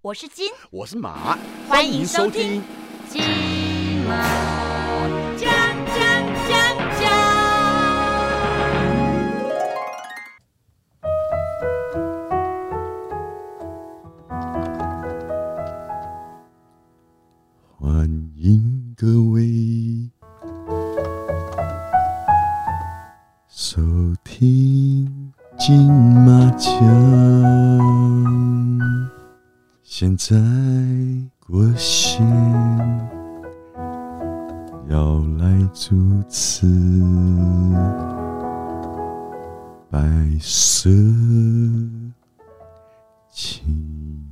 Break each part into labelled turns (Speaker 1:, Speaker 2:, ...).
Speaker 1: 我是金
Speaker 2: 我是马，
Speaker 1: 欢迎收听。金毛讲讲讲讲。
Speaker 2: 欢迎各位收听金马奖。现在国贤要来主持白色情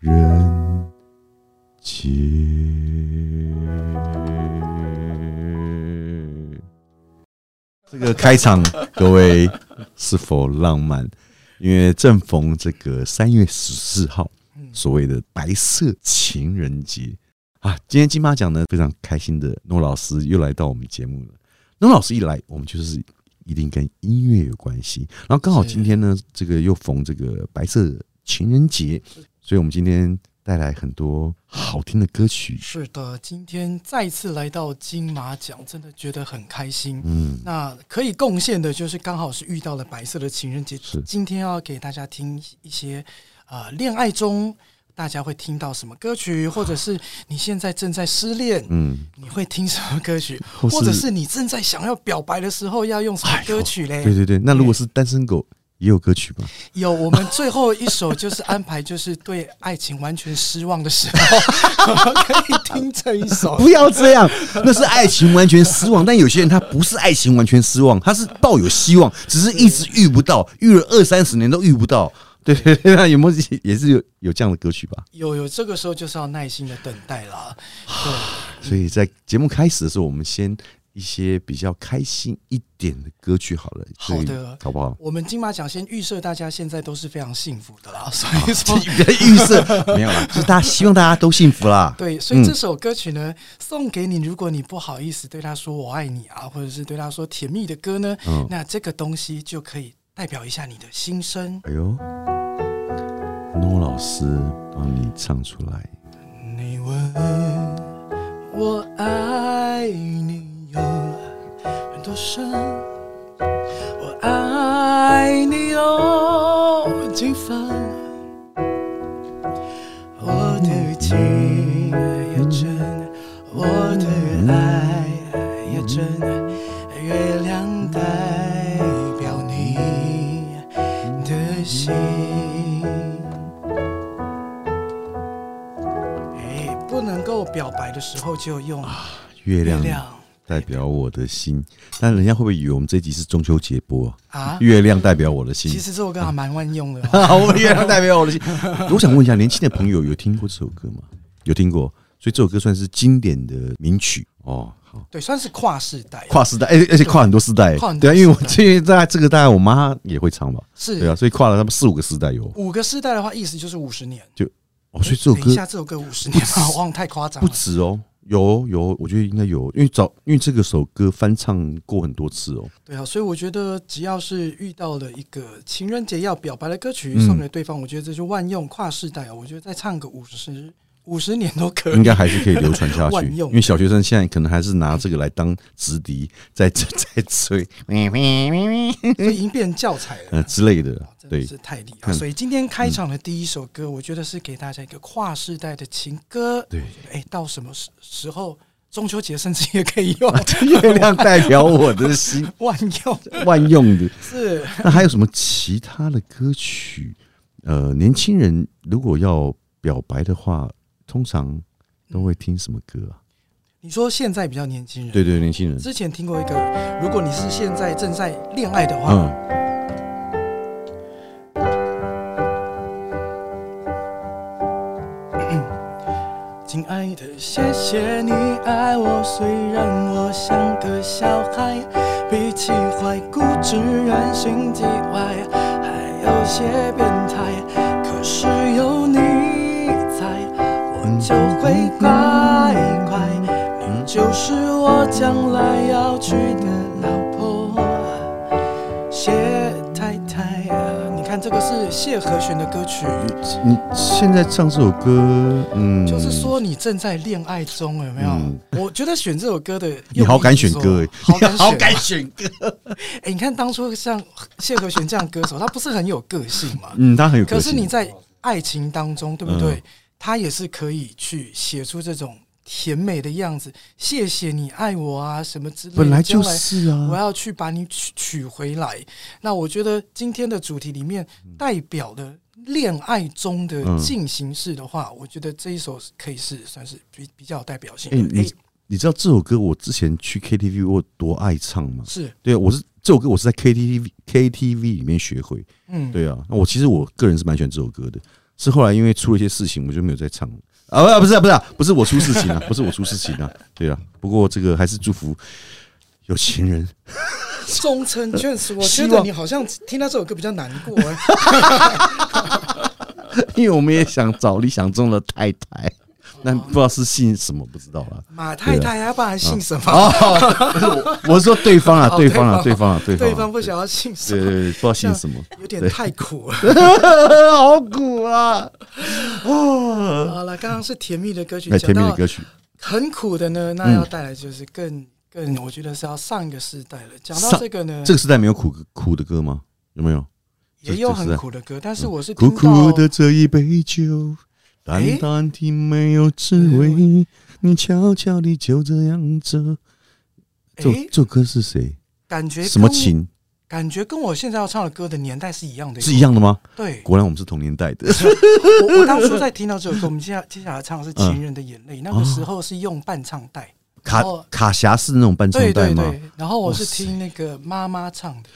Speaker 2: 人节。这个开场，各位是否浪漫？因为正逢这个三月十四号，所谓的白色情人节啊，今天金马奖呢非常开心的诺老师又来到我们节目了。诺老师一来，我们就是一定跟音乐有关系。然后刚好
Speaker 3: 是
Speaker 2: 今天呢，这个又逢这个白色情人节，所以我们今天带来很多好听的歌曲。
Speaker 3: 是的，今天再次来到金马奖，真的觉得很开心。
Speaker 2: 嗯，
Speaker 3: 那可以贡献的就是刚好是遇到了白色的情人节
Speaker 2: 是。
Speaker 3: 今天要给大家听一些呃恋爱中大家会听到什么歌曲，或者是你现在正在失恋，
Speaker 2: 嗯，
Speaker 3: 你会听什么歌曲，
Speaker 2: 或是
Speaker 3: 或者是你正在想要表白的时候要用什么歌曲嘞？
Speaker 2: 对对对，那如果是单身狗也有歌曲吧？
Speaker 3: 有，我们最后一首就是安排，就是对爱情完全失望的时 候，可以听这一首。
Speaker 2: 不要这样，那是爱情完全失望。但有些人他不是爱情完全失望，他是抱有希望，只是一直遇不到，遇了二三十年都遇不到。对对对，那有没有也是有有这样的歌曲吧？
Speaker 3: 有有，这个时候就是要耐心的等待啦。
Speaker 2: 所以在节目开始的时候，我们先一些比较开心一点的歌曲好了，
Speaker 3: 好的
Speaker 2: 所以好不好？
Speaker 3: 我们金马奖先预设大家现在都是非常幸福的啦，所以说。
Speaker 2: 别预设没有啦，就是大家希望大家都幸福啦。
Speaker 3: 对，所以这首歌曲呢，送给你。如果你不好意思对他说“我爱你”啊，或者是对他说甜蜜的歌呢，
Speaker 2: 嗯
Speaker 3: 那这个东西就可以代表一下你的心声。
Speaker 2: 哎呦，诺老师帮你唱出来，
Speaker 3: 你问我爱你有多深？我爱你哦有几分？我的情也真，我的爱也真。月亮代表你的心。哎，不能够表白的时候就用
Speaker 2: 啊月
Speaker 3: 月
Speaker 2: 亮。
Speaker 3: 亮
Speaker 2: 代表我的心，但人家会不会以为我们这集是中秋节播啊？
Speaker 3: 啊。
Speaker 2: 月亮嗯代表我的心
Speaker 3: 其，实这首歌还蛮万用的哦、
Speaker 2: 我月亮代表我的心。我想问一下，年轻的朋友有听过这首歌吗？有听过，所以这首歌算是经典的名曲哦。好，
Speaker 3: 对，算是跨世代，
Speaker 2: 跨时代，而且而且跨很多时代
Speaker 3: 跨，很
Speaker 2: 对
Speaker 3: 多
Speaker 2: 啊，因为我
Speaker 3: 时代
Speaker 2: 这大概这个大概我妈也会唱吧，对啊，
Speaker 3: 是
Speaker 2: 所以跨了他们四五个时代有
Speaker 3: 五个世代的话，意思就是五十年。
Speaker 2: 哦，所以这首
Speaker 3: 哎等一
Speaker 2: 歌
Speaker 3: 下，这首歌五十年啊，忘太夸张
Speaker 2: 不
Speaker 3: 了。
Speaker 2: 止哦。有哦有哦，我觉得应该有，因为早因为这个首歌翻唱过很多次哦。
Speaker 3: 对啊，所以我觉得只要是遇到了一个情人节要表白的歌曲
Speaker 2: 嗯
Speaker 3: 送给对方，我觉得这就万用跨世代啊。我觉得再唱个五十五十年都可
Speaker 2: 应
Speaker 3: 以。
Speaker 2: 该还是可以流传下去，
Speaker 3: 万用
Speaker 2: 因为小学生现在可能还是拿这个来当直笛，在在在吹，
Speaker 3: 这已经变教材了。
Speaker 2: 呃之类的，
Speaker 3: 真的
Speaker 2: 对，
Speaker 3: 是太厉害！
Speaker 2: 看
Speaker 3: 所以今天开场的第一首歌，我觉得是给大家一个跨世代的情歌。
Speaker 2: 对
Speaker 3: 我觉得，哎、到什么时时候，中秋节甚至也可以 用，
Speaker 2: 月亮代表我的心，
Speaker 3: 万用
Speaker 2: 万用的。
Speaker 3: 是
Speaker 2: 那还有什么其他的歌曲？呃，年轻人如果要表白的话，通常都会听什么歌啊？
Speaker 3: 你说现在比较年轻人，
Speaker 2: 对对，年轻人，
Speaker 3: 之前听过一个，如果你是现在正在恋爱的话，
Speaker 2: 嗯，
Speaker 3: 亲爱的，谢谢你爱我，虽然我像个小孩，脾气坏，固执，任性叽歪，还有些变态。可是有你在，我就会乖乖。你嗯就是我将来要娶的老婆，谢太太。你看这个个是谢和弦的歌曲，
Speaker 2: 你现在唱这首歌，嗯，
Speaker 3: 就是说你正在恋爱中，有没有？
Speaker 2: 嗯
Speaker 3: 我觉得选这首歌的用意是说，
Speaker 2: 你好敢选歌欸，
Speaker 3: 好敢
Speaker 2: 你
Speaker 3: 选，啊
Speaker 2: 好敢选歌，
Speaker 3: 哎、你看当初像谢和弦这样的歌手，他不是很有个性嘛？
Speaker 2: 嗯，他很有
Speaker 3: 可
Speaker 2: 个
Speaker 3: 是你
Speaker 2: 性，
Speaker 3: 在爱情当中，对不对？
Speaker 2: 嗯
Speaker 3: 他也是可以去写出这种甜美的样子，谢谢你爱我啊，什么之类的。
Speaker 2: 本来就
Speaker 3: 将
Speaker 2: 是
Speaker 3: 我
Speaker 2: 啊，
Speaker 3: 要去把你娶娶回来。那我觉得今天的主题里面代表的恋爱中的
Speaker 2: 嗯
Speaker 3: 进行式的话，我觉得这一首可以是算是比比较有代表性
Speaker 2: 哎，
Speaker 3: 的。
Speaker 2: 你你知道这首歌我之前去 KTV 我有多爱唱吗？
Speaker 3: 是
Speaker 2: 对啊，我是这首歌我是在 KTV KTV 里面学会，
Speaker 3: 嗯，
Speaker 2: 对啊，那我其实我个人是蛮喜欢这首歌的，是后来因为出了一些事情，我就没有再唱了。啊，不是啊不是啊，不是我出事情啊，不是我出事情啊，对啊。不过这个还是祝福有情人，
Speaker 3: 终成眷属。我觉
Speaker 2: 希
Speaker 3: 得
Speaker 2: 望
Speaker 3: 你好像听到这首歌比较难过、哎
Speaker 2: 因为我们也想找理想中的太太，那不知道是姓什么，不知道啦。
Speaker 3: 马太太啊，不然姓什么？
Speaker 2: 哦，不是我我是说对方啊，
Speaker 3: 哦
Speaker 2: 对方啊，对
Speaker 3: 对
Speaker 2: 方啊，对方啊，
Speaker 3: 对方不想要姓什
Speaker 2: 对对
Speaker 3: 么，
Speaker 2: 对，不知道姓什么，
Speaker 3: 有点太苦了。
Speaker 2: 好苦啊！哦，
Speaker 3: 好了，刚刚是甜蜜的歌曲，
Speaker 2: 哎，
Speaker 3: 讲
Speaker 2: 甜蜜的
Speaker 3: 到
Speaker 2: 歌曲，
Speaker 3: 很苦的呢，那要带来就是更更，我觉得是要上一个世代了。讲到
Speaker 2: 上
Speaker 3: 这个呢，
Speaker 2: 这个时代没有苦苦的歌吗？有没有？
Speaker 3: 也有
Speaker 2: 这
Speaker 3: 很
Speaker 2: 是
Speaker 3: 苦的歌，但是我是
Speaker 2: 苦
Speaker 3: 听
Speaker 2: 苦
Speaker 3: 到
Speaker 2: 的这一杯酒，淡
Speaker 3: 诶
Speaker 2: 淡的没有滋味，你悄悄地就这样走。这
Speaker 3: 诶
Speaker 2: 这首歌是谁？
Speaker 3: 感觉
Speaker 2: 什么
Speaker 3: 跟？
Speaker 2: 情？
Speaker 3: 感觉跟我现在要唱的歌的年代是一样的，
Speaker 2: 是一。样的吗？
Speaker 3: 对，
Speaker 2: 果然我们是同年代
Speaker 3: 哦
Speaker 2: 的。
Speaker 3: 我我当初在听到这首歌，我们接下接下来唱的是《情人的眼泪》，
Speaker 2: 嗯
Speaker 3: 那个时
Speaker 2: 哦
Speaker 3: 候是用伴唱带，
Speaker 2: 卡
Speaker 3: 哦
Speaker 2: 卡匣是那种伴唱
Speaker 3: 对
Speaker 2: 带
Speaker 3: 对
Speaker 2: 吗？
Speaker 3: 对。然后我是
Speaker 2: 哇塞
Speaker 3: 听那个妈妈唱的。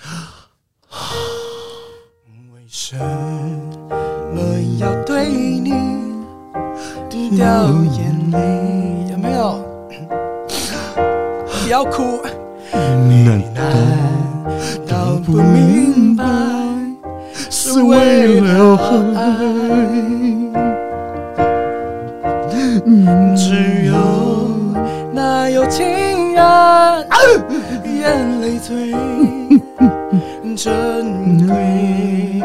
Speaker 3: 为什么要对你掉眼泪？有没有？不要哭。
Speaker 2: 难
Speaker 3: 难道不明白
Speaker 2: 是为了爱，
Speaker 3: 只有那有情人，眼泪最珍贵，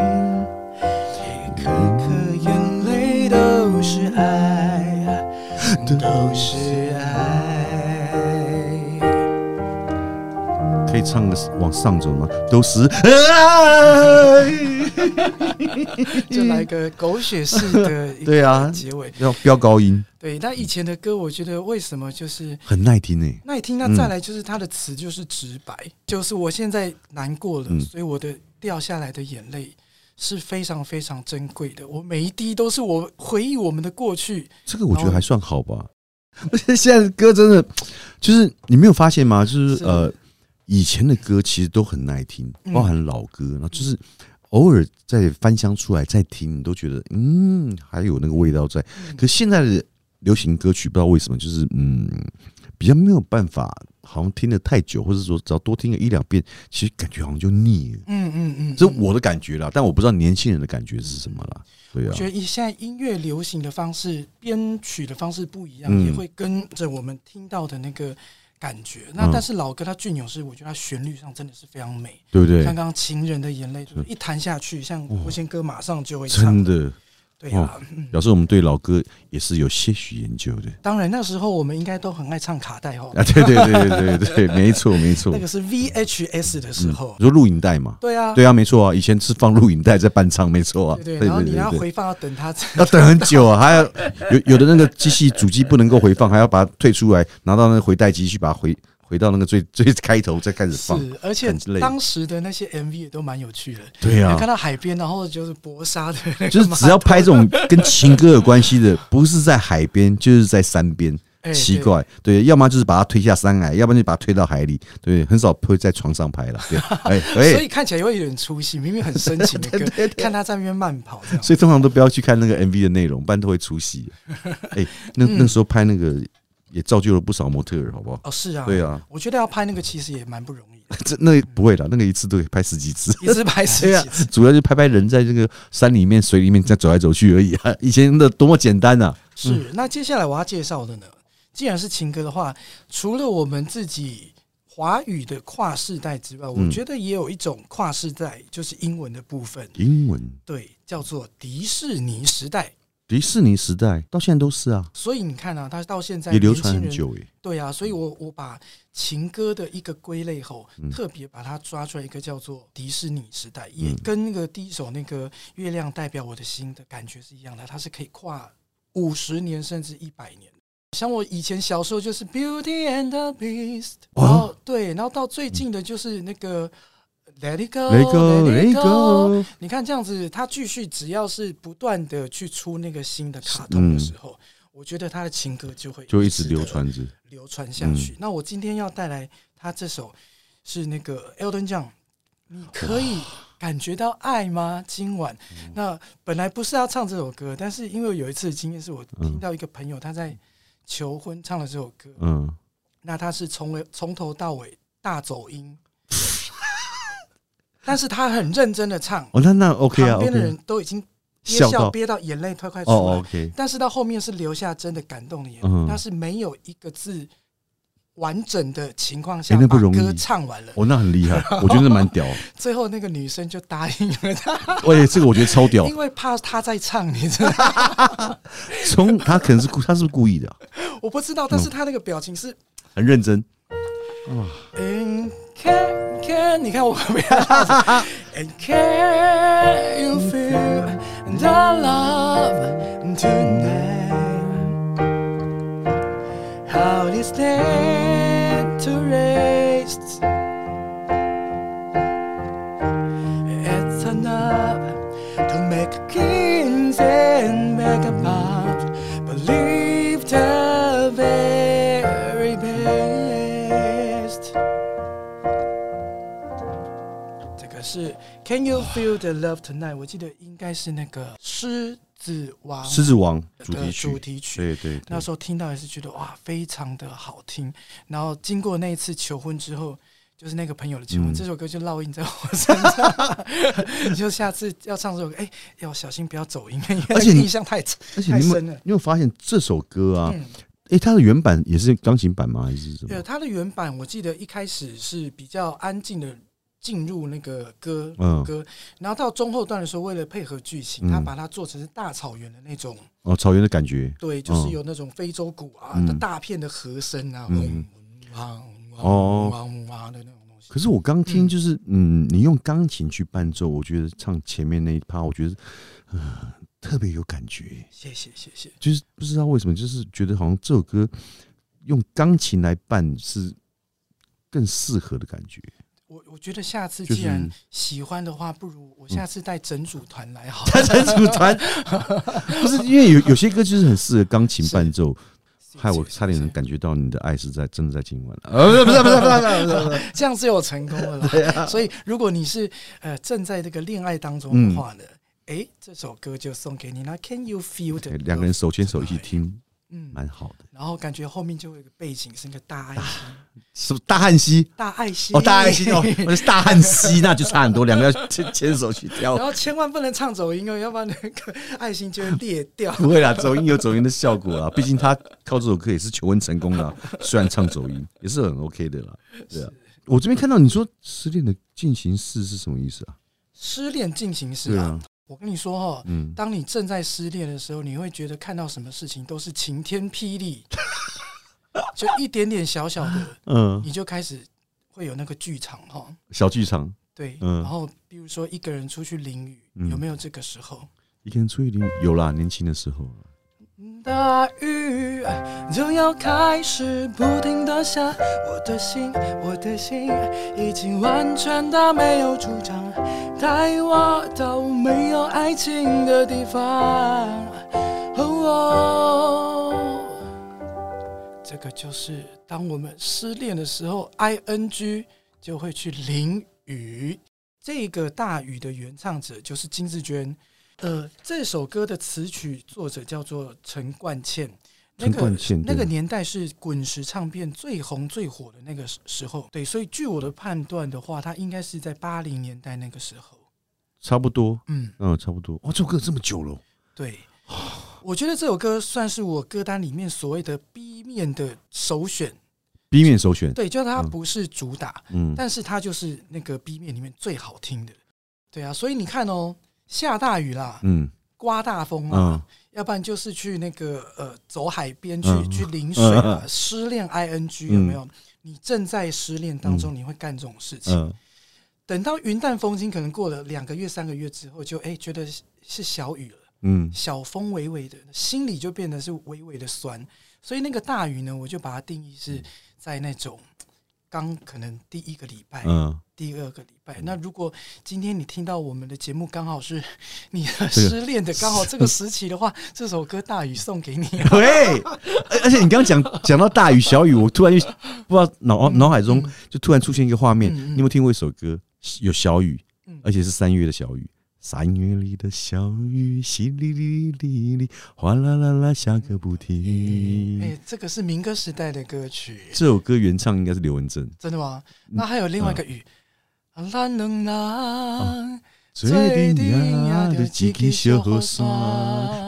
Speaker 3: 一颗颗眼泪都是爱，都是爱。
Speaker 2: 可以唱个往上走吗？都是爱。
Speaker 3: 就来个狗血式的一个
Speaker 2: 对啊
Speaker 3: 结尾。
Speaker 2: 要飙高音，
Speaker 3: 对，那以前的歌，我觉得为什么就是
Speaker 2: 很耐听诶。
Speaker 3: 那你听，
Speaker 2: 嗯
Speaker 3: 那再来就是他的词就是直白，就是我现在难过了，
Speaker 2: 嗯
Speaker 3: 所以我的掉下来的眼泪是非常非常珍贵的，我每一滴都是我回忆我们的过去。
Speaker 2: 这个我
Speaker 3: 哦
Speaker 2: 觉得还算好吧。而且现在的歌真的，就是你没有发现吗？就是
Speaker 3: 是
Speaker 2: 呃，以前的歌其实都很耐听，
Speaker 3: 嗯
Speaker 2: 包含老歌，然后就是偶尔再翻箱出来再听，你都觉得嗯，还有那个味道在。
Speaker 3: 嗯
Speaker 2: 可现在的流行歌曲不知道为什么，就是嗯，比较没有办法，好像听得太久，或者说只要多听个一两遍，其实感觉好像就腻了。
Speaker 3: 嗯嗯嗯，
Speaker 2: 这是我的感觉啦，但我不知道年轻人的感觉是什么啦。对
Speaker 3: 我觉
Speaker 2: 啊，
Speaker 3: 得以现在音乐流行的方式、编曲的方式不一样，
Speaker 2: 嗯
Speaker 3: 也会跟着我们听到的那个感觉。那
Speaker 2: 嗯
Speaker 3: 但是老歌它隽永是，我觉得它旋律上真的是非常美。
Speaker 2: 对不对嗯哦
Speaker 3: 像？刚刚《情人的眼泪》就是一弹下去，像国贤哥马上就会
Speaker 2: 真。
Speaker 3: 唱
Speaker 2: 的。哦
Speaker 3: 对啊，
Speaker 2: 表示我们对老歌也是有些许研究的
Speaker 3: 当然那时候我们应该都很爱唱卡带哦，
Speaker 2: 啊！对对对对对，没错没错
Speaker 3: 那。个是 VHS 的时
Speaker 2: 嗯，
Speaker 3: 候
Speaker 2: 你。说录影带嘛？
Speaker 3: 对啊，
Speaker 2: 对啊，没错啊，以前是放录影带在伴唱，没错啊。
Speaker 3: 对对，然后你要
Speaker 2: 对
Speaker 3: 回放要等它，
Speaker 2: 要等很久啊，还要 有有的那个机器主机不能够回放，还要把它退出来，拿到那个回带机去把它回回到那个最最开头再开始放。
Speaker 3: 是， 而且
Speaker 2: 很累
Speaker 3: 当时的那些 MV 也都蛮有趣的。
Speaker 2: 对啊
Speaker 3: 你看到海边，然后就是薄纱的那 个
Speaker 2: 就是只 要拍这种跟情歌有关系的，不是在海边就是在山边，
Speaker 3: 哎
Speaker 2: 奇怪，对，要么就是把它推下山来，要不然就把它推到海里，对，很少会在床上拍了， 对，哎
Speaker 3: 所
Speaker 2: 哎
Speaker 3: 以，看起来会有点出戏，明明很深情 的歌，看他在那边慢跑这样。
Speaker 2: 所以通常都不要去看那个 MV 的内容，不然都会出 戏。哎，那
Speaker 3: 嗯
Speaker 2: 那时候拍那个也造就了不少模特儿，好不好？
Speaker 3: 哦，是啊，
Speaker 2: 对啊，
Speaker 3: 我觉得要拍那个其实也蛮不容易的，
Speaker 2: 这那不会啦，那个一次都可以拍十几次。
Speaker 3: 一次拍十
Speaker 2: 对啊
Speaker 3: 几次。，
Speaker 2: 主要就拍拍人在这个山里面、水里面这样走来走去而已啊。以前的多么简单呐、啊！
Speaker 3: 是，那接下来我要介绍的呢，既然是情歌的话，除了我们自己华语的跨世代之外，我
Speaker 2: 嗯
Speaker 3: 觉得也有一种跨世代，就是英文的部分，
Speaker 2: 英文
Speaker 3: 对，叫做迪士尼时代。
Speaker 2: 迪士尼时代到现在都是啊，
Speaker 3: 所以你看啊，他到现在
Speaker 2: 也流
Speaker 3: 年轻
Speaker 2: 传很
Speaker 3: 人
Speaker 2: 久诶。
Speaker 3: 对啊，所以我我把情歌的一个归类后，
Speaker 2: 嗯
Speaker 3: 特别把它抓出来一个叫做迪士尼时代，也
Speaker 2: 嗯
Speaker 3: 跟那个第一首那个月亮代表我的心的感觉是一样的，它是可以跨五十年甚至一百年的。像我以前小时候就是《Beauty and the Beast》，然后对，然后到最近的就是那个《Let It Go》
Speaker 2: Let go, let go，
Speaker 3: 你看这样子，它继续只要是不断的去出那个新的卡通的时候，我觉得他的情歌就会
Speaker 2: 嗯就一直
Speaker 3: 地
Speaker 2: 流传着。
Speaker 3: 流传下
Speaker 2: 嗯
Speaker 3: 去。那我今天要带来他这首是那个 Elton John，你可以感觉到爱吗？今晚、那本来不是要唱这首歌，但是因为有一次的经验是我听到一个朋友他在求婚唱了这首歌，
Speaker 2: 嗯，
Speaker 3: 那他是从尾从头到尾大 走音，但是他很认真的唱，
Speaker 2: 哦，那那 OK 啊
Speaker 3: 旁边的
Speaker 2: ，OK，
Speaker 3: 人都已经憋
Speaker 2: 笑
Speaker 3: 笑
Speaker 2: 到
Speaker 3: 憋到眼泪快快出来。
Speaker 2: 哦，OK，
Speaker 3: 但是到后面是留下真的感动的眼
Speaker 2: 嗯
Speaker 3: 泪，他、是没有一个字完整的情况下
Speaker 2: 欸那
Speaker 3: 把
Speaker 2: 不容易
Speaker 3: 歌唱完了。
Speaker 2: 哦，那很厉害，我觉得那蛮屌。
Speaker 3: 最后那个女生就答应了他，
Speaker 2: 喂，这个我觉得超屌
Speaker 3: 因，为怕他在唱，你知道 吗，
Speaker 2: 从他可能是故他是不是故意的啊，
Speaker 3: 我不知道，但是他那个表情是，
Speaker 2: 很认真。
Speaker 3: 嗯，can can，你看我不要唱了，and can you feel the love tonight？How this land to rest It's enough to make kings and make a pop Believe the very best 这个是 Can you feel the love tonight？我记得应该是那个狮子王
Speaker 2: 狮子王
Speaker 3: 的
Speaker 2: 主题曲，
Speaker 3: 哦主题曲
Speaker 2: 对对
Speaker 3: 那
Speaker 2: 对，
Speaker 3: 时候听到也是觉得哇，非常的好听。然后经过那一次求婚之后，就是那个朋友的求婚，
Speaker 2: 嗯
Speaker 3: 这首歌就烙印在我身 上。就下次要唱这首歌，哎、要小心不要走音，因为那
Speaker 2: 而
Speaker 3: 个
Speaker 2: 且你
Speaker 3: 印象太
Speaker 2: 而且你有没有
Speaker 3: 太深
Speaker 2: 你
Speaker 3: 了
Speaker 2: 有没有发现这首歌啊？
Speaker 3: 嗯。
Speaker 2: 诶，它的原版也是钢琴版吗？还是什么
Speaker 3: 呃，？它的原版我记得一开始是比较安静的进入那个歌、
Speaker 2: 嗯
Speaker 3: 歌，然后到中后段的时候，为了配合剧情，
Speaker 2: 嗯
Speaker 3: 他把它做成是大草原的那种
Speaker 2: 哦，草原的感觉。
Speaker 3: 对，就是
Speaker 2: 嗯
Speaker 3: 有那种非洲鼓啊，
Speaker 2: 嗯
Speaker 3: 大片的和声啊，
Speaker 2: 嗯
Speaker 3: 嗡哇嗡
Speaker 2: 哦
Speaker 3: 哇嗡哇的那种东西。
Speaker 2: 可是我刚听
Speaker 3: 嗯
Speaker 2: 就是，嗯，你用钢琴去伴奏，我觉得唱前面那一趴，我觉得，呃，特别有感觉，
Speaker 3: 谢谢谢谢，
Speaker 2: 就是不知道为什么，就是觉得好像这首歌用钢琴来伴是更适合的感觉。
Speaker 3: 我我觉得下次
Speaker 2: 就
Speaker 3: 既然
Speaker 2: 是嗯
Speaker 3: 喜欢的话，不如我下次带整组团来好了。
Speaker 2: 他才组 团，不是因为有有些歌就是很适合钢琴伴奏，
Speaker 3: 谢谢
Speaker 2: 害我差点能
Speaker 3: 谢
Speaker 2: 感觉到你的爱是在真的在今晚了。呃，不是不 是不是不是不是，
Speaker 3: 谢这样是有成功的
Speaker 2: 啊
Speaker 3: 啦。所以如果你是呃正在这个恋爱当中
Speaker 2: 嗯
Speaker 3: 的话呢，哎，这首歌就送给你。那 Can you feel 的
Speaker 2: 两个人手牵手一起，听，
Speaker 3: 嗯，
Speaker 2: 蛮好的。
Speaker 3: 然后感觉后面就有一个背景是那个大爱心，
Speaker 2: 是不是大汉溪
Speaker 3: 大爱心
Speaker 2: 啊哦，大汉溪哦， 我是大汉溪，那就差很多，两个要牵牵手去
Speaker 3: 然
Speaker 2: 跳。
Speaker 3: 后千万不能唱走音哦，要不然那个爱心就会裂 掉。
Speaker 2: 不会啦，走音有走音的效果啊啦，毕竟他靠这首歌也是求婚成功啦，虽然唱走音也是很 OK 的啦。对啊，我这边看到你说失恋的进行式是什么意思啊？
Speaker 3: 失恋进行式
Speaker 2: 对
Speaker 3: 啊，
Speaker 2: 啊，
Speaker 3: 我跟你说哦，
Speaker 2: 嗯，
Speaker 3: 当你正在失恋的时候，你会觉得看到什么事情都是晴天 霹雳，就一点点小小的，
Speaker 2: 嗯，
Speaker 3: 你就开始会有那个剧场哈、哦。
Speaker 2: 小剧场，
Speaker 3: 对，
Speaker 2: 嗯
Speaker 3: 然后比如说一个人出去淋雨，
Speaker 2: 嗯
Speaker 3: 有没有这个时候？
Speaker 2: 一个人出去淋雨有啦，年轻的时候啊
Speaker 3: 大雨就要开始不停的下，我的心，我的心已经完全的没有主张，带我到没有爱情的地方。哦，这个就是当我们失恋的时候，I N G 就会去淋雨。这个大雨的原唱者就是金志娟，呃，这首歌的词曲作者叫做陈冠茜。那
Speaker 2: 陈
Speaker 3: 个
Speaker 2: 冠茜
Speaker 3: 那个
Speaker 2: 对
Speaker 3: 年代是滚石唱片最红最火的那个时时候，对，所以据我的判断的话，它应该是在八零年代那个时候。
Speaker 2: 差不多，
Speaker 3: 嗯，
Speaker 2: 嗯，差不多。哇，这首歌这么久了哦，
Speaker 3: 对，我觉得这首歌算是我歌单里面所谓的 B 面的首选，
Speaker 2: B 面首选，
Speaker 3: 对，就它不是主打，
Speaker 2: 嗯，
Speaker 3: 但是它就是那个 B 面里面最好听的。对啊，所以你看哦，下大雨啦，
Speaker 2: 嗯
Speaker 3: 刮大风啦，
Speaker 2: 嗯
Speaker 3: 要不然就是去那个呃走海边去、
Speaker 2: 嗯
Speaker 3: 去淋水啊，
Speaker 2: 嗯
Speaker 3: 失恋 ing
Speaker 2: 嗯
Speaker 3: 有没有？你正在失恋当中，你会干这种事情。
Speaker 2: 嗯
Speaker 3: 等到云淡风轻，可能过了两个月、三个月之后就，哎觉得是是小雨了，
Speaker 2: 嗯
Speaker 3: 小风微微的，心里就变得是微微的酸。所以那个大雨呢，我就把它定义是在那种刚可能第一个礼拜、
Speaker 2: 嗯，
Speaker 3: 第二个礼拜。那如果今天你听到我们的节目，刚好是你的
Speaker 2: 这个
Speaker 3: 失恋的刚好这个时期的话，这首歌《大雨》送给你 啊。
Speaker 2: 对，而而且你刚刚讲讲到大雨小雨，我突然就不知道脑脑海中就突然出现一个画面，
Speaker 3: 嗯嗯嗯
Speaker 2: 你有没有听过一首歌有小雨
Speaker 3: 嗯，
Speaker 2: 而且是三月的小雨。三月里的小雨，淅沥沥沥沥，哗啦啦啦下个不停。
Speaker 3: 哎、这个是民歌时代的歌曲，
Speaker 2: 这首歌原唱应该是刘文正，
Speaker 3: 真的吗？那还有另外一个雨，啊蓝冷蓝。
Speaker 2: 最顶呀的几滴小河酸，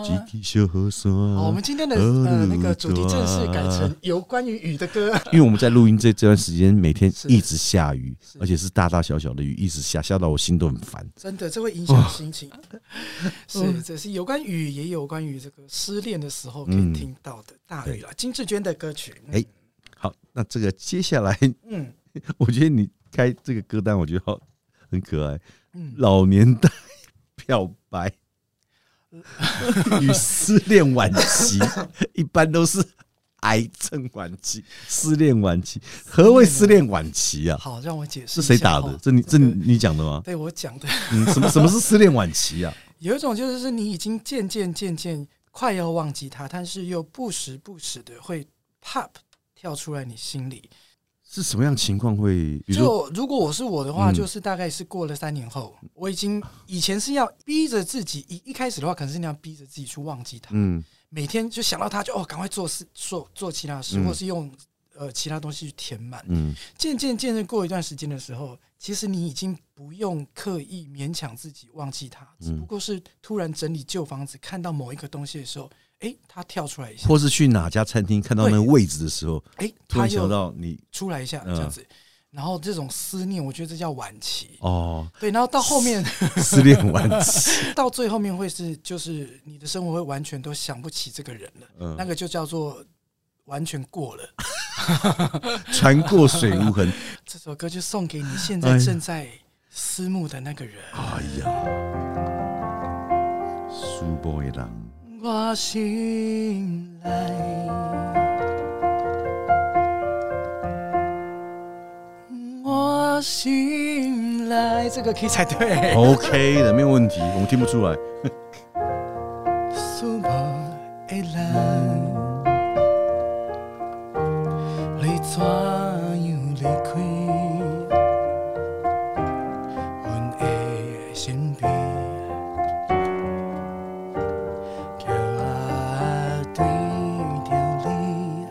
Speaker 2: 几滴小河酸。
Speaker 3: 好，我们今天的
Speaker 2: 哦
Speaker 3: 呃那个主题正式改成有关于雨的歌。
Speaker 2: 因为我们在录音这这段时间，每天
Speaker 3: 是
Speaker 2: 一直下雨
Speaker 3: 是，
Speaker 2: 而且是大大小小的雨，一直下，下到我心都很烦。
Speaker 3: 真的，这会影响心
Speaker 2: 哦
Speaker 3: 情。
Speaker 2: 嗯
Speaker 3: 是，这是有关雨，也有关于这个失恋的时候可以
Speaker 2: 嗯
Speaker 3: 听到的大雨啦，金志娟的歌曲。嗯
Speaker 2: 哎好，那这个接下来，
Speaker 3: 嗯
Speaker 2: 我觉得你开这个歌单，我觉得好很可爱，
Speaker 3: 嗯，
Speaker 2: 老年代漂白与失恋晚期，一般都是癌症晚期、失恋晚期。何谓失恋晚期啊？
Speaker 3: 好，让我解释
Speaker 2: 是谁
Speaker 3: 一下
Speaker 2: 打
Speaker 3: 哦
Speaker 2: 的？这你这
Speaker 3: 个
Speaker 2: 你讲的吗？
Speaker 3: 对我讲的，
Speaker 2: 嗯，什么什么是失恋晚期啊？
Speaker 3: 有一种就是是你已经渐渐渐渐快要忘记它，但是又不时不时的会 pop 跳出来你心里。
Speaker 2: 是什么样情况会？比如说，
Speaker 3: 就如果我是我的话，
Speaker 2: 嗯
Speaker 3: 就是大概是过了三年后，我已经以前是要逼着自己，一一开始的话，可能是那样逼着自己去忘记它，
Speaker 2: 嗯
Speaker 3: 每天就想到它，就哦，赶快做事，做做其他事，
Speaker 2: 嗯
Speaker 3: 或是用呃其他东西去填满。
Speaker 2: 嗯
Speaker 3: 渐渐渐渐过一段时间的时候，其实你已经不用刻意勉强自己忘记它，
Speaker 2: 嗯
Speaker 3: 只不过是突然整理旧房子，看到某一个东西的时候，诶，它跳出来一下，
Speaker 2: 或是去哪家餐厅看到那个位置的时候，
Speaker 3: 诶，
Speaker 2: 哦突
Speaker 3: 它
Speaker 2: 然想
Speaker 3: 又
Speaker 2: 到你
Speaker 3: 出来一下
Speaker 2: 嗯
Speaker 3: 这样子。然后这种思念，我觉得这叫晚期。
Speaker 2: 哦，
Speaker 3: 对，然后到后面，
Speaker 2: 失恋晚期，
Speaker 3: 到最后面会是，就是你的生活会完全都想不起这个人了，那
Speaker 2: 嗯，
Speaker 3: 个就叫做完全过了。
Speaker 2: 船过水无痕。
Speaker 3: 这首歌就送给你现
Speaker 2: 哎
Speaker 3: 在
Speaker 2: 呀
Speaker 3: 正在思慕的那个人。
Speaker 2: 哎呀，苏波一郎，
Speaker 3: 我醒来，我醒来，这个 key 才对。
Speaker 2: OK 的，没有问题，我们听不出来。
Speaker 3: 苏泊的人，你怎样离开阮的身边？叫我对着你，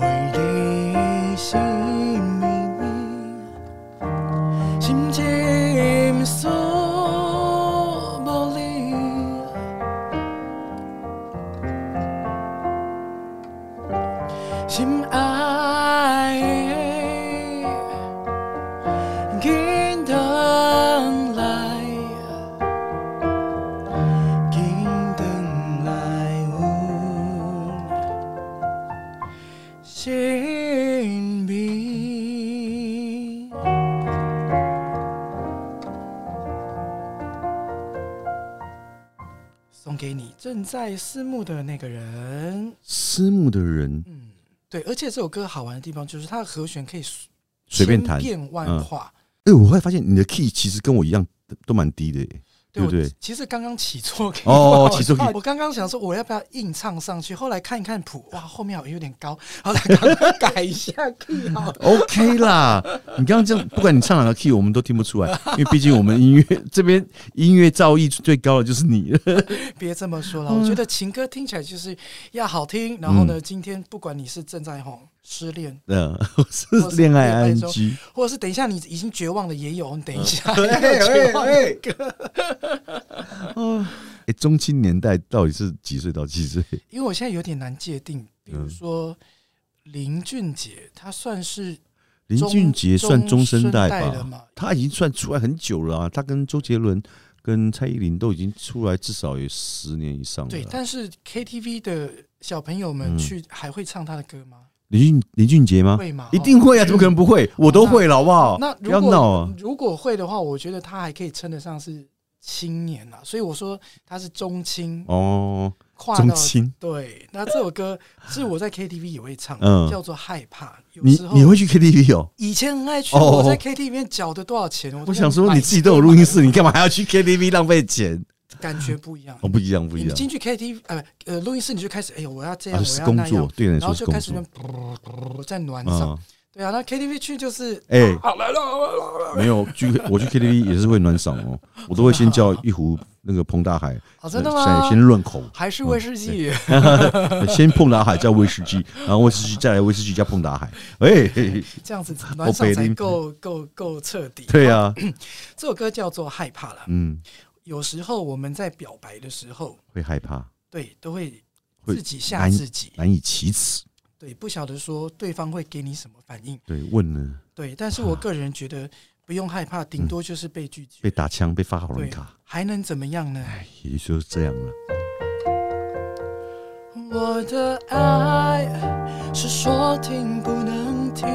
Speaker 3: 每日心秘密。心情所无力，心爱的紧等来，紧等来阮身边。送给你正在思慕的那个人。
Speaker 2: 思慕的人
Speaker 3: 对，而且这首歌好玩的地方就是它的和弦可以
Speaker 2: 随便弹嗯
Speaker 3: 千，变万化。
Speaker 2: 哎，我会发现你的 key 其实跟我一样都蛮低的耶，对不
Speaker 3: 我
Speaker 2: 对？
Speaker 3: 其实刚刚起错给
Speaker 2: 哦
Speaker 3: 我
Speaker 2: 起错给
Speaker 3: 我刚刚想说我要不要硬唱上去，后来看一看谱，哇，后面好像有点高，好来 赶快改一下 key 好了。
Speaker 2: OK 啦，你刚刚这样，不管你唱哪个 key，我们都听不出来，因为毕竟我们音乐这边音乐造诣最高的就是你了。
Speaker 3: 别这么说了，
Speaker 2: 嗯
Speaker 3: 我觉得情歌听起来就是要好听。然后呢，今天不管你是正在吼失恋，
Speaker 2: 嗯，我是恋爱 ING，
Speaker 3: 或者是等一下你已经绝望了也有，你等 一下
Speaker 2: 哎
Speaker 3: 也有绝望的歌。
Speaker 2: 哎，中青年代到底是几岁到几岁？嗯
Speaker 3: 因为我现在有点难界定，比如说林俊杰，他算是
Speaker 2: 林俊杰算中生代
Speaker 3: 中生代了
Speaker 2: 吧
Speaker 3: 嘛？
Speaker 2: 他已经算出来很久了啊，他跟周杰伦、跟蔡依林都已经出来至少有十年以上了
Speaker 3: 对，
Speaker 2: 啊。
Speaker 3: 但是 KTV 的小朋友们
Speaker 2: 嗯
Speaker 3: 去还会唱他的歌吗？
Speaker 2: 林俊林俊杰吗？
Speaker 3: 会吗？哦
Speaker 2: 一定会啊，怎么可能不会？我都会了，好不好？
Speaker 3: 那
Speaker 2: 不
Speaker 3: 如
Speaker 2: 要闹
Speaker 3: 果
Speaker 2: 啊！
Speaker 3: 如果会的话，我觉得他还可以称得上是青年啦。所以我说他是中青，
Speaker 2: 哦，
Speaker 3: 跨
Speaker 2: 中
Speaker 3: 到
Speaker 2: 青，
Speaker 3: 对。那这首歌是我在 KTV 也会唱，
Speaker 2: 嗯
Speaker 3: 叫做《害怕》。有
Speaker 2: 你
Speaker 3: 时候
Speaker 2: 你会去 KTV 哦？
Speaker 3: 以前很爱去，
Speaker 2: 哦
Speaker 3: 我在 KTV 里面缴的多少钱？
Speaker 2: 我想说，你自己都有录 音室，你干嘛还要去 KTV 浪费钱？
Speaker 3: 嘛？感觉不一样
Speaker 2: 哦，。不一样，不一
Speaker 3: 你
Speaker 2: 样。
Speaker 3: 进去 KTV 呃呃录音室，你就开始哎呦我要这样，
Speaker 2: 啊，
Speaker 3: 我
Speaker 2: 是
Speaker 3: 要
Speaker 2: 工
Speaker 3: 那
Speaker 2: 作
Speaker 3: 样，，
Speaker 2: 对你来
Speaker 3: 然后
Speaker 2: 说是
Speaker 3: 就
Speaker 2: 工
Speaker 3: 开始
Speaker 2: 作。
Speaker 3: 在暖上
Speaker 2: 啊。，
Speaker 3: 对啊，那 KTV 去就是
Speaker 2: 哎，
Speaker 3: 好来了，
Speaker 2: 没有去， 我去 KTV 也是会暖嗓哦，我都会先叫一壶那个彭大海，
Speaker 3: 好哦真的
Speaker 2: 先
Speaker 3: 吗？
Speaker 2: 先润口，
Speaker 3: 还是威士忌？
Speaker 2: 嗯先碰达海，再威士 忌，然后威士忌再来威士忌，加碰达海。哎，嘿嘿
Speaker 3: 这样子暖上才够够够彻底。
Speaker 2: 哦对啊，
Speaker 3: 这首歌叫做《害怕》了。
Speaker 2: 嗯，
Speaker 3: 有时候我们在表白的时候，
Speaker 2: 会害怕，
Speaker 3: 对，都会
Speaker 2: 会
Speaker 3: 自己吓自己，
Speaker 2: 难以启齿。
Speaker 3: 对，不晓得说对方会给你什么反应，
Speaker 2: 对，问呢，
Speaker 3: 对。但是
Speaker 2: 啊
Speaker 3: 我个人觉得不用害怕，顶多就是被拒绝，
Speaker 2: 被打枪，被发好人
Speaker 3: 对
Speaker 2: 卡，，
Speaker 3: 还能怎么样呢？
Speaker 2: 也就是这样了。
Speaker 3: 我的爱是说停不能停，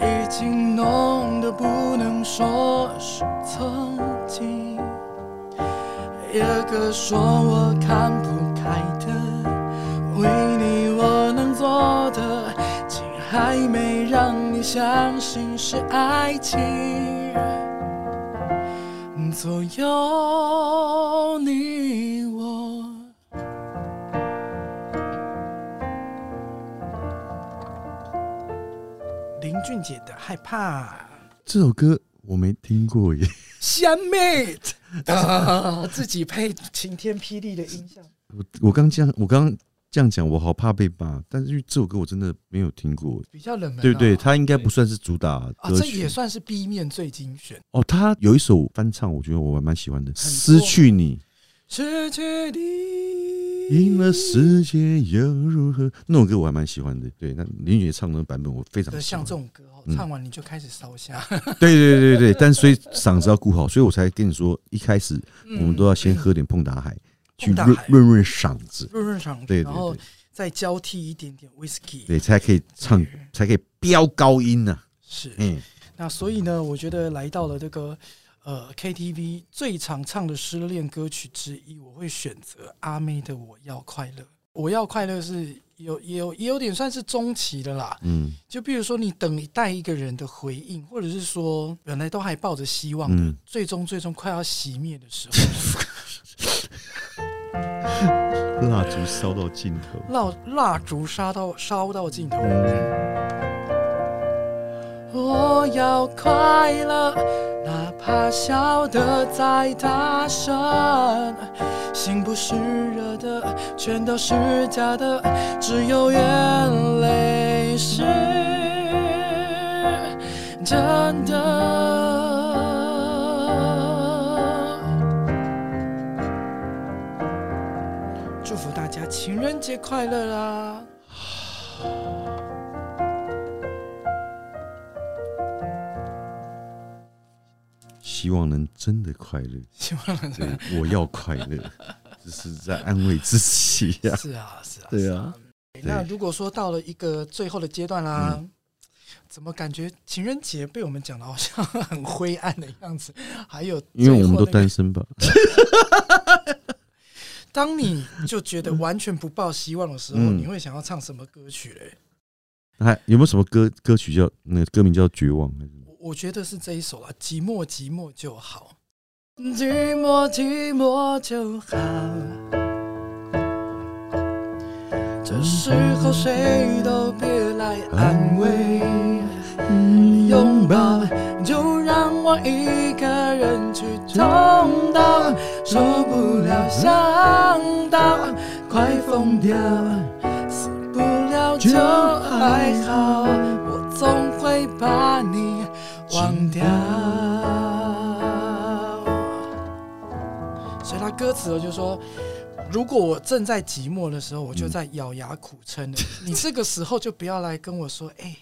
Speaker 3: 已经浓得不能说是曾经。有个说我看不开的，为你我能做的，竟还没让你相信是爱情。总有你我。林俊杰的害怕，
Speaker 2: 这首歌我没听过耶，
Speaker 3: 虾妹啊，自己配晴天霹雳的音效，
Speaker 2: 我我刚这样，我刚这样讲，我好怕被骂，但是因为这首歌我真的没有听过，
Speaker 3: 比较冷门、啊，
Speaker 2: 对不对？它应该不算是主打
Speaker 3: 啊，
Speaker 2: 歌
Speaker 3: 这
Speaker 2: 曲
Speaker 3: 也算是 B 面最精选。
Speaker 2: 哦。他有一首翻唱，我觉得我还蛮喜欢的，《失去你》。
Speaker 3: 失去你，
Speaker 2: 赢了世界又如何？那首歌我还蛮喜欢的。对，那林俊杰唱的版本我非常
Speaker 3: 的
Speaker 2: 喜欢
Speaker 3: 像这。种歌哦，
Speaker 2: 嗯
Speaker 3: 唱完你就开始烧香。
Speaker 2: 对对对对，但所以嗓子要顾好，所以我才跟你说，一开始我们都要先喝嗯点碰达海，去
Speaker 3: 碰达
Speaker 2: 润
Speaker 3: 海
Speaker 2: 润润嗓子，
Speaker 3: 润润嗓子，
Speaker 2: 对对
Speaker 3: 然后
Speaker 2: 对
Speaker 3: 再交替一点点 whisky。
Speaker 2: 对，才可以唱，才可以飙高音呢。
Speaker 3: 是，
Speaker 2: 嗯，
Speaker 3: 那所以呢，我觉得来到了这个呃 KTV 最常唱的失恋歌曲之一，我会选择阿妹的《我要快乐》。我要快乐是有也有也有点算是中期的啦，
Speaker 2: 嗯
Speaker 3: 就比如说你等一待一个人的回应，或者是说本来都还抱着希望的，
Speaker 2: 嗯，
Speaker 3: 最终最终快要熄灭的时候，
Speaker 2: 蜡烛烧到尽头，
Speaker 3: 蜡蜡烛烧到烧到尽头。我要快乐，哪怕笑得再大声。心不是热的，全都是假的，只有眼泪是真的。祝福大家情人节快乐啊啦！
Speaker 2: 希望能真的快乐。
Speaker 3: 希望能
Speaker 2: 对， 我要快乐，只是在安慰自己 呀。
Speaker 3: 是啊，是啊，
Speaker 2: 对嗯
Speaker 3: 是
Speaker 2: 啊。
Speaker 3: 那如果说到了一个最后的阶段啦，怎么感觉情人节被我们讲的好像很灰暗的样子？ 还有最后那
Speaker 2: 因
Speaker 3: 个，
Speaker 2: 为我们都单身吧。
Speaker 3: 当你就觉得完全不抱希望的时候，
Speaker 2: 嗯
Speaker 3: 你会想要唱什么歌曲嘞？
Speaker 2: 那还有没有什么歌歌曲叫那个歌名叫《绝望》还是什么？
Speaker 3: 我我觉得是这一首啦，《寂寞寂寞就好》，寂寞寂寞就好。这时候谁都别来安
Speaker 2: 嗯
Speaker 3: 慰，拥抱就让我一个人去痛到，受不了想到，快疯掉，死不了就还好，我总会把你忘掉。所以他歌词就说：“如果我正在寂寞的时候，我就在咬牙苦撑的。你这个时候就不要来跟我说，哎、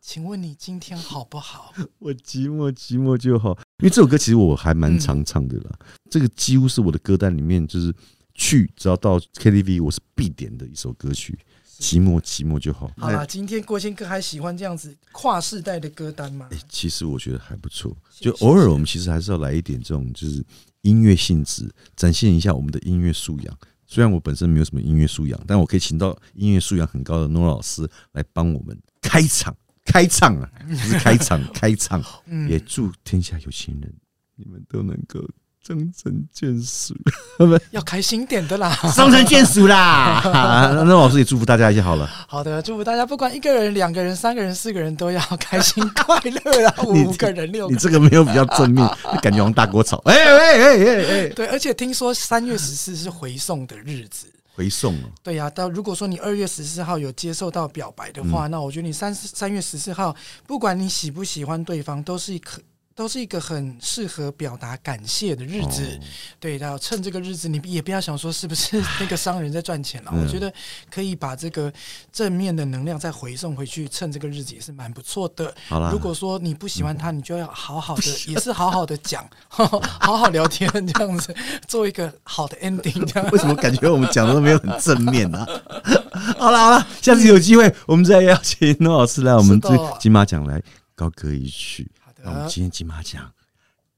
Speaker 3: 请问你今天好 不好？
Speaker 2: 我寂寞寂寞就好，因为这首歌其实我还
Speaker 3: 嗯
Speaker 2: 蛮常唱的啦，这个几乎是我的歌单里面就是去只要到 KTV 我是必点的一首歌曲，寂寞寂寞就好。
Speaker 3: 好啦，今天郭先哥还喜欢这样子跨世代的歌单吗
Speaker 2: 哎、？其实我觉得还不错，
Speaker 3: 谢谢
Speaker 2: 就偶尔我们其实还是要来一点这种就是音乐性质，展现一下我们的音乐素养。虽然我本身没有什么音乐素养，但我可以请到音乐素养很高的诺老师来帮我们开场，开唱啊，不是开场， 开唱。也祝天下有情人，你们都能够终成眷属，
Speaker 3: 要开心点的啦。
Speaker 2: 终成眷属 啦！啊那诺老师也祝福大家一下好了。
Speaker 3: 好的，祝福大家，不管一个人、两个人、三个人、四个人，都要开心快乐啦。五个人、六个
Speaker 2: 你
Speaker 3: 人，
Speaker 2: 这个没有比较正 面，你感觉好像大锅炒。哎哎哎哎哎，
Speaker 3: 对。而且听说三月十四是回送的日子。
Speaker 2: 回送哦。
Speaker 3: 对呀、但如果说你二月十四号有接受到表白的
Speaker 2: 嗯
Speaker 3: 话，那我觉得你三三月十四号，不管你喜不喜欢对方，都是一可都是一个很适合表达感谢的日
Speaker 2: 哦
Speaker 3: 子。对，然后趁这个日子，你也不要想说是不是 那个商人在赚钱了。我
Speaker 2: 嗯
Speaker 3: 觉得可以把这个正面的能量再回送回去，趁这个日子也是蛮不错的。
Speaker 2: 好啦嗯
Speaker 3: 如果说你不喜欢他，你就要好好的，也是好好的讲， 好好聊天这样子，做一个好的 ending 这样。
Speaker 2: 为什么感觉我们讲的都没有很正面呢、 好了好了，下次有机会我们再邀请诺老师来我们这
Speaker 3: 是的
Speaker 2: 金马奖来高歌一曲。
Speaker 3: 好的
Speaker 2: 那我们今天金马奖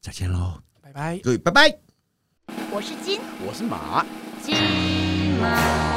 Speaker 2: 再见喽，
Speaker 3: 拜拜。
Speaker 2: 各位拜拜。
Speaker 1: 我是金，
Speaker 4: 我是马。
Speaker 1: 金毛。